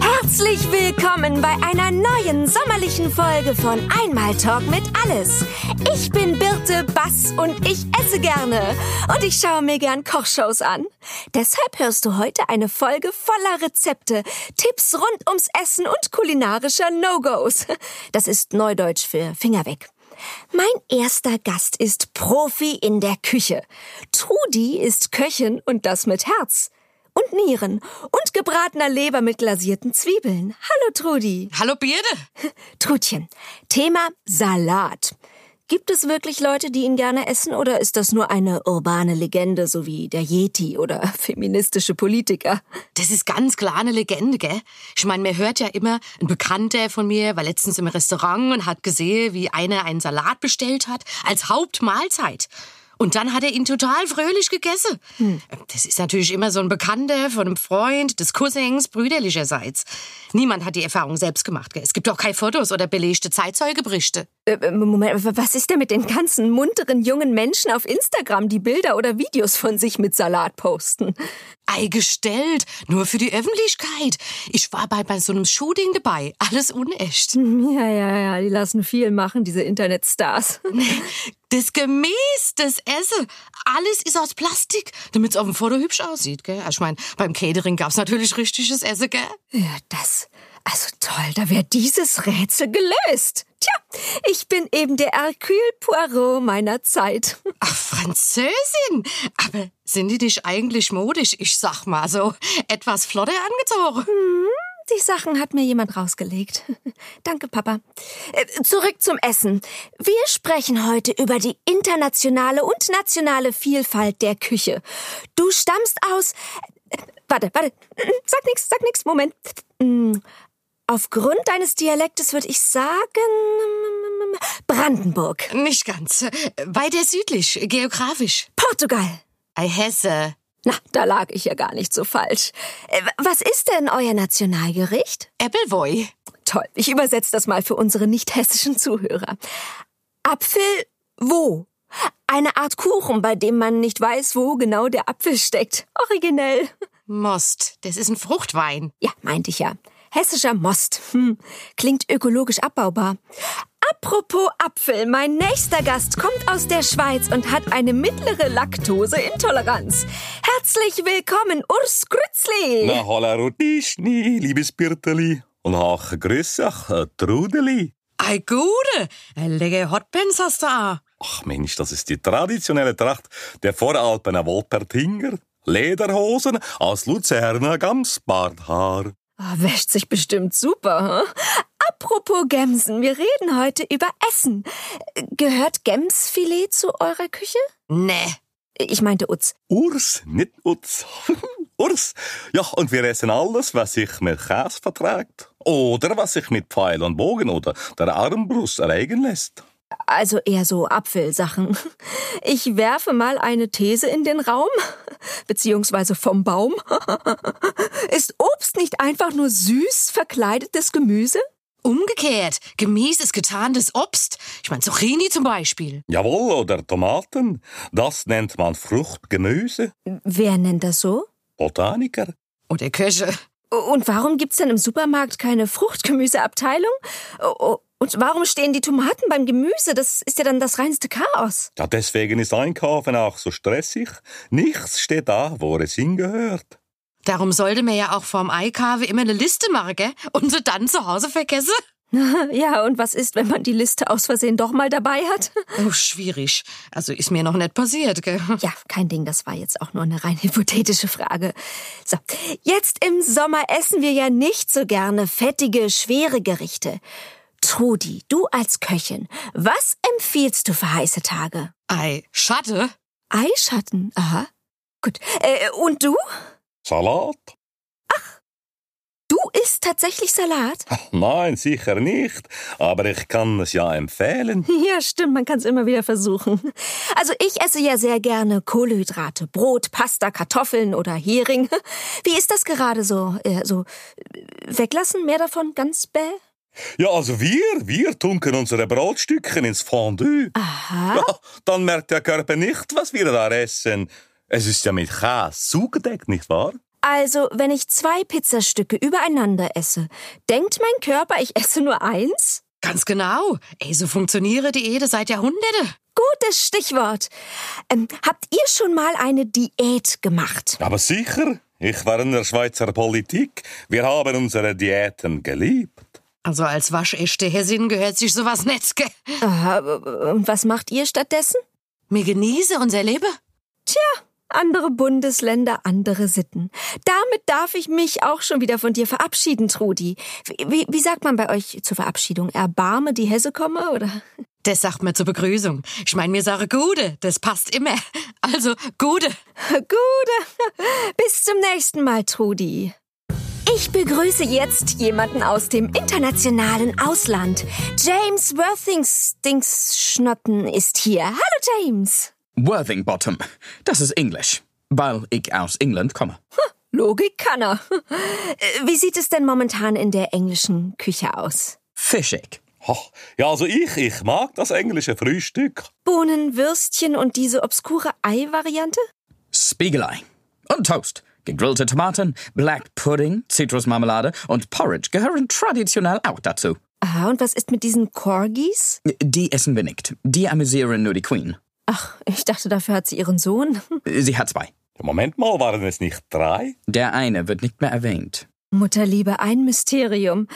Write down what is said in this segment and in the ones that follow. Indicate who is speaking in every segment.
Speaker 1: Herzlich willkommen bei einer neuen sommerlichen Folge von Einmal Talk mit Alles. Ich bin Birte Bass und ich esse gerne. Und ich schaue mir gern Kochshows an. Deshalb hörst du heute eine Folge voller Rezepte, Tipps rund ums Essen und kulinarischer No-Gos. Das ist Neudeutsch für Finger weg. Mein erster Gast ist Profi in der Küche. Trudi ist Köchin und das mit Herz. Und Nieren. Und gebratener Leber mit glasierten Zwiebeln. Hallo Trudi.
Speaker 2: Hallo Birde.
Speaker 1: Trudchen. Thema Salat. Gibt es wirklich Leute, die ihn gerne essen oder ist das nur eine urbane Legende, so wie der Yeti oder feministische Politiker?
Speaker 2: Das ist ganz klar eine Legende, gell? Ich meine, mir hört ja immer, ein Bekannter von mir war letztens im Restaurant und hat gesehen, wie einer einen Salat bestellt hat als Hauptmahlzeit. Und dann hat er ihn total fröhlich gegessen. Das ist natürlich immer so ein Bekannter von einem Freund, des Cousins, brüderlicherseits. Niemand hat die Erfahrung selbst gemacht. Gell? Es gibt auch keine Fotos oder belegte Zeitzeugeberichte.
Speaker 1: Äh, äh, Moment, w- was ist denn mit den ganzen munteren jungen Menschen auf Instagram, die Bilder oder Videos von sich mit Salat posten?
Speaker 2: Ei gestellt, nur für die Öffentlichkeit. Ich war bei, bei so einem Shooting dabei. Alles unecht.
Speaker 1: Ja, ja, ja, die lassen viel machen, diese Internetstars.
Speaker 2: Das Gemüse, das Essen, alles ist aus Plastik, damit es auf dem Foto hübsch aussieht, gell? Also Ich meine, beim Catering gab's natürlich richtiges Essen, gell?
Speaker 1: Ja, das. Also toll, da wäre dieses Rätsel gelöst. Tja, ich bin eben der Hercule Poirot meiner Zeit.
Speaker 2: Ach, Französin! Aber sind die dich eigentlich modisch? Ich sag mal so, etwas flotter angezogen.
Speaker 1: Die Sachen hat mir jemand rausgelegt. Danke, Papa. Äh, Zurück zum Essen. Wir sprechen heute über die internationale und nationale Vielfalt der Küche. Du stammst aus. äh, Warte, warte. Sag nix, sag nix. Moment. Hm, Aufgrund deines Dialektes würde ich sagen. Brandenburg.
Speaker 2: Nicht ganz. Weiter südlich, geografisch.
Speaker 1: Portugal.
Speaker 2: Ei Hesse.
Speaker 1: Na, da lag ich ja gar nicht so falsch. Äh, Was ist denn euer Nationalgericht?
Speaker 2: Appleboy.
Speaker 1: Toll, ich übersetze das mal für unsere nicht hessischen Zuhörer. Apfel wo? Eine Art Kuchen, bei dem man nicht weiß, wo genau der Apfel steckt. Originell.
Speaker 2: Most. Das ist ein Fruchtwein.
Speaker 1: Ja, meinte ich ja. Hessischer Most. Hm, klingt ökologisch abbaubar. Apropos Apfel, mein nächster Gast kommt aus der Schweiz und hat eine mittlere Laktoseintoleranz. Herzlich willkommen, Urs Grützli.
Speaker 3: Na, holla Rutischni, liebes Birteli. Und ach, grüß dich, äh, Trudeli.
Speaker 2: Ei Gude. Ein lecker Hotpens hast du auch.
Speaker 3: Ach Mensch, das ist die traditionelle Tracht der Voralpener Wolpertinger. Lederhosen aus Luzerner Gamsbarthaar.
Speaker 1: Ah, wäscht sich bestimmt super. Hm? Apropos Gemsen, wir reden heute über Essen. Gehört Gemsfilet zu eurer Küche?
Speaker 2: Nee.
Speaker 1: Ich meinte Utz.
Speaker 3: Urs, nicht Utz. Urs. Ja, und wir essen alles, was sich mit Käse verträgt. Oder was sich mit Pfeil und Bogen oder der Armbrust erregen lässt.
Speaker 1: Also eher so Apfelsachen. Ich werfe mal eine These in den Raum, beziehungsweise vom Baum. Ist Obst nicht einfach nur süß verkleidetes Gemüse?
Speaker 2: Umgekehrt. Gemüse ist getarntes Obst. Ich meine, Zucchini zum Beispiel.
Speaker 3: Jawohl, oder Tomaten. Das nennt man Fruchtgemüse.
Speaker 1: Wer nennt das so?
Speaker 3: Botaniker.
Speaker 2: Oder Köche.
Speaker 1: Und warum gibt's denn im Supermarkt keine Fruchtgemüseabteilung? Oh, oh, Und warum stehen die Tomaten beim Gemüse? Das ist ja dann das reinste Chaos.
Speaker 3: Ja, deswegen ist Einkaufen auch so stressig. Nichts steht da, wo es hingehört.
Speaker 2: Darum sollte man ja auch vorm Eikave immer eine Liste machen, gell? Und sie dann zu Hause vergessen?
Speaker 1: Ja, und was ist, wenn man die Liste aus Versehen doch mal dabei hat?
Speaker 2: Oh, schwierig. Also ist mir noch nicht passiert, gell?
Speaker 1: Ja, kein Ding, das war jetzt auch nur eine rein hypothetische Frage. So, jetzt im Sommer essen wir ja nicht so gerne fettige, schwere Gerichte. Trudi, du als Köchin, was empfiehlst du für heiße Tage?
Speaker 2: Ei, Schatte?
Speaker 1: Eischatten, aha. Gut. Äh, und du?
Speaker 3: Salat?
Speaker 1: Du isst tatsächlich Salat?
Speaker 3: Nein, sicher nicht. Aber ich kann es ja empfehlen.
Speaker 1: Ja, stimmt, man kann es immer wieder versuchen. Also ich esse ja sehr gerne Kohlenhydrate, Brot, Pasta, Kartoffeln oder Hering. Wie ist das gerade so? Äh, so äh, weglassen, mehr davon, ganz bäh?
Speaker 3: Ja, also wir, wir tunken unsere Brotstückchen ins Fondue.
Speaker 1: Aha.
Speaker 3: Ja, dann merkt der Körper nicht, was wir da essen. Es ist ja mit Käse zugedeckt, nicht wahr?
Speaker 1: Also, wenn ich zwei Pizzastücke übereinander esse, denkt mein Körper, ich esse nur eins?
Speaker 2: Ganz genau. Ey, so funktioniere Diäte seit Jahrhunderte.
Speaker 1: Gutes Stichwort. Ähm, habt ihr schon mal eine Diät gemacht?
Speaker 3: Aber sicher, ich war in der Schweizer Politik. Wir haben unsere Diäten geliebt.
Speaker 2: Also als waschechte Hessin gehört sich sowas nicht, gell?
Speaker 1: Aha, äh, Und was macht ihr stattdessen?
Speaker 2: Mir genieße unser Leben.
Speaker 1: Tja, andere Bundesländer, andere Sitten. Damit darf ich mich auch schon wieder von dir verabschieden, Trudi. Wie, wie, wie sagt man bei euch zur Verabschiedung? Erbarme die Hesse komme, oder?
Speaker 2: Das sagt man zur Begrüßung. Ich mein, mir sage Gude, das passt immer. Also, Gude.
Speaker 1: Gute. Bis zum nächsten Mal, Trudi. Ich begrüße jetzt jemanden aus dem internationalen Ausland. James Worthingstingsschnotten ist hier. Hallo, James.
Speaker 4: Worthingbottom. Das ist Englisch, weil ich aus England komme.
Speaker 1: Logik kann er. Äh, Wie sieht es denn momentan in der englischen Küche aus?
Speaker 4: Fischig.
Speaker 3: Ach, ja, also ich, ich mag das englische Frühstück.
Speaker 1: Bohnen, Würstchen und diese obskure Ei-Variante?
Speaker 4: Spiegelei. Und Toast. Gegrillte Tomaten, Black Pudding, Zitrusmarmelade und Porridge gehören traditionell auch dazu.
Speaker 1: Aha, und was ist mit diesen Corgis?
Speaker 4: Die essen wir nicht. Die amüsieren nur die Queen.
Speaker 1: Ach, ich dachte, dafür hat sie ihren Sohn.
Speaker 4: Sie hat zwei.
Speaker 3: Moment mal, waren es nicht drei?
Speaker 4: Der eine wird nicht mehr erwähnt.
Speaker 1: Mutterliebe, ein Mysterium.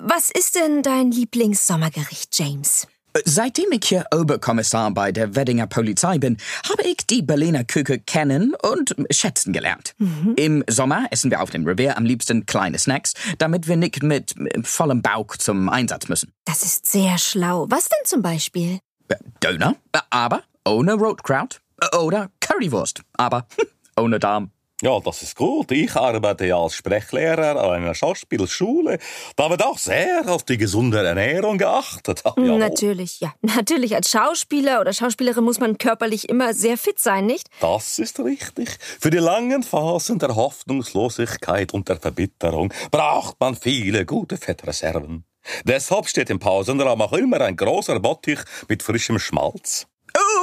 Speaker 1: Was ist denn dein Lieblingssommergericht, James?
Speaker 4: Seitdem ich hier Oberkommissar bei der Weddinger Polizei bin, habe ich die Berliner Küche kennen und schätzen gelernt. Im Sommer essen wir auf dem Revier am liebsten kleine Snacks, damit wir nicht mit äh, vollem Bauch zum Einsatz müssen.
Speaker 1: Das ist sehr schlau. Was denn zum Beispiel?
Speaker 4: Äh, Döner, äh, aber ohne Rotkraut äh, oder Currywurst, aber ohne Darm.
Speaker 3: Ja, das ist gut. Ich arbeite ja als Sprechlehrer an einer Schauspielschule. Da wird auch sehr auf die gesunde Ernährung geachtet. Ja, oh. jawohl.
Speaker 1: Natürlich, ja. Natürlich, als Schauspieler oder Schauspielerin muss man körperlich immer sehr fit sein, nicht?
Speaker 3: oh, Das ist richtig. Für die langen Phasen der Hoffnungslosigkeit und der Verbitterung braucht man viele gute Fettreserven. Deshalb steht im Pausenraum auch immer ein großer Bottich mit frischem Schmalz.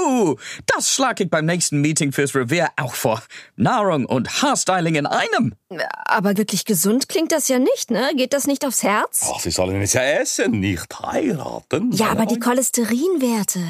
Speaker 4: Oh, das schlage ich beim nächsten Meeting fürs Revier auch vor. Nahrung und Haarstyling in einem.
Speaker 1: Aber wirklich gesund klingt das ja nicht, ne? Geht das nicht aufs Herz?
Speaker 3: Ach, Sie sollen es ja essen, nicht heiraten.
Speaker 1: Ja, aber die
Speaker 3: Nein.
Speaker 1: Cholesterinwerte.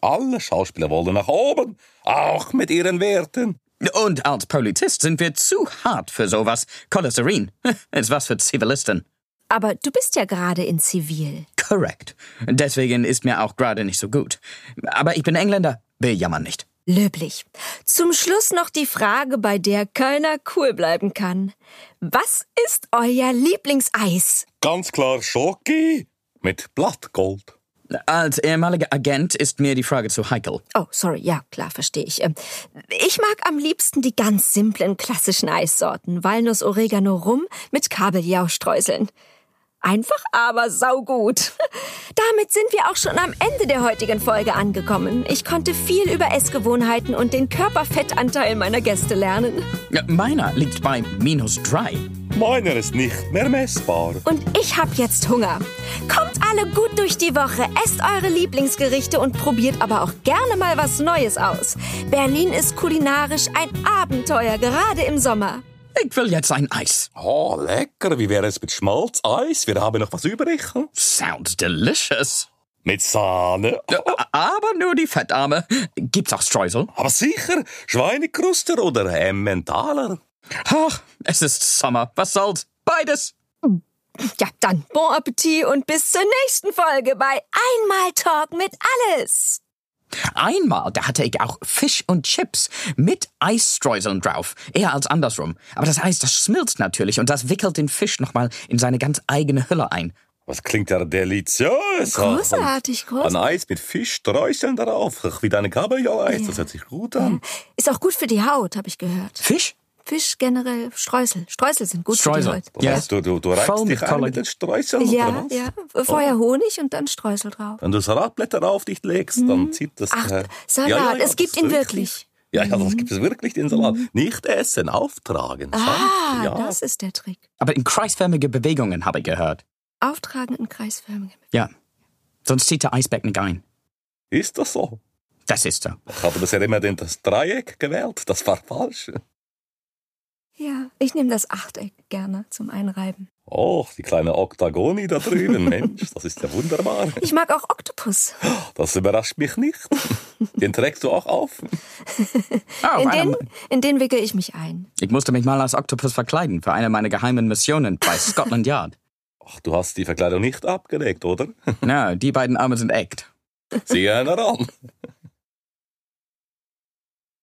Speaker 3: Alle Schauspieler wollen nach oben, auch mit ihren Werten.
Speaker 4: Und als Polizist sind wir zu hart für sowas. Cholesterin ist was für Zivilisten.
Speaker 1: Aber du bist ja gerade in Zivil.
Speaker 4: Korrekt. Deswegen ist mir auch gerade nicht so gut. Aber ich bin Engländer, wir jammern nicht.
Speaker 1: Löblich. Zum Schluss noch die Frage, bei der keiner cool bleiben kann. Was ist euer Lieblingseis?
Speaker 3: Ganz klar Schoki mit Blattgold.
Speaker 4: Als ehemaliger Agent ist mir die Frage zu heikel.
Speaker 1: Oh, sorry, ja, klar, verstehe ich. Ähm, Ich mag am liebsten die ganz simplen klassischen Eissorten. Walnuss, Oregano, Rum mit Kabeljaustreuseln. Einfach aber saugut. Damit sind wir auch schon am Ende der heutigen Folge angekommen. Ich konnte viel über Essgewohnheiten und den Körperfettanteil meiner Gäste lernen.
Speaker 4: Meiner liegt bei minus drei.
Speaker 3: Meiner ist nicht mehr messbar.
Speaker 1: Und ich hab jetzt Hunger. Kommt alle gut durch die Woche, esst eure Lieblingsgerichte und probiert aber auch gerne mal was Neues aus. Berlin ist kulinarisch ein Abenteuer, gerade im Sommer.
Speaker 4: Ich will jetzt ein Eis.
Speaker 3: Oh, lecker. Wie wäre es mit Schmalzeis? Wir haben noch was übrig. hm?
Speaker 4: Sounds delicious.
Speaker 3: Mit Sahne.
Speaker 4: Aber nur die Fettarme. Gibt's auch Streusel?
Speaker 3: Aber sicher, Schweinekruster oder Emmentaler.
Speaker 4: Ach, es ist Sommer. Was soll's? Beides.
Speaker 1: Ja, dann bon Appetit und bis zur nächsten Folge bei Einmal Talk mit Alles.
Speaker 4: Einmal, da hatte ich auch Fisch und Chips mit Eisstreuseln drauf. Eher als andersrum. Aber das Eis, das schmilzt natürlich und das wickelt den Fisch nochmal in seine ganz eigene Hülle ein.
Speaker 3: Was klingt ja deliziös.
Speaker 1: Großartig,
Speaker 3: Ein
Speaker 1: großartig.
Speaker 3: Eis mit Fischstreuseln darauf. Ach, Wie deine Kabeljau-Eis. Das hört sich gut an.
Speaker 1: Ist auch gut für die Haut, habe ich gehört.
Speaker 4: Fisch?
Speaker 1: Fisch generell, Streusel. Streusel sind gut
Speaker 4: Streusel.
Speaker 1: für die Haut.
Speaker 4: Ja.
Speaker 3: Was, Du, du, du
Speaker 4: Voll
Speaker 3: reibst
Speaker 4: mit
Speaker 3: dich ein
Speaker 4: Kollagen.
Speaker 3: mit den Streuseln.
Speaker 1: Ja,
Speaker 3: oder was?
Speaker 1: ja. Vorher Honig und dann Streusel drauf.
Speaker 3: Wenn du Salatblätter auf dich legst, dann zieht das.
Speaker 1: Hm. Ach,
Speaker 3: äh,
Speaker 1: Salat, es
Speaker 3: das
Speaker 1: gibt
Speaker 3: ist
Speaker 1: ihn wirklich. Hm.
Speaker 3: Ja, ja, das gibt es wirklich, den Salat. Nicht essen, auftragen.
Speaker 1: Ah,
Speaker 3: Sanft, ja.
Speaker 1: das ist der Trick.
Speaker 4: Aber in kreisförmige Bewegungen habe ich gehört.
Speaker 1: Auftragen in kreisförmigen.
Speaker 4: Ja. Sonst zieht der Eisberg nicht ein.
Speaker 3: Ist das so?
Speaker 4: Das ist so.
Speaker 3: Ich habe das ja immer den- das Dreieck gewählt. Das war falsch.
Speaker 1: Ja, ich nehme das Achteck gerne zum Einreiben.
Speaker 3: Och, die kleine Oktagoni da drüben, Mensch, das ist ja wunderbar.
Speaker 1: Ich mag auch Oktopus.
Speaker 3: Das überrascht mich nicht. Den trägst du auch auf.
Speaker 4: Oh,
Speaker 1: In den,
Speaker 4: einer-
Speaker 1: in den wickel ich mich ein.
Speaker 4: ich musste mich mal als Oktopus verkleiden für eine meiner geheimen Missionen bei Scotland Yard.
Speaker 3: Ach, du hast die Verkleidung nicht abgelegt, oder?
Speaker 4: Na, die beiden Arme sind echt.
Speaker 3: Sieh einer an.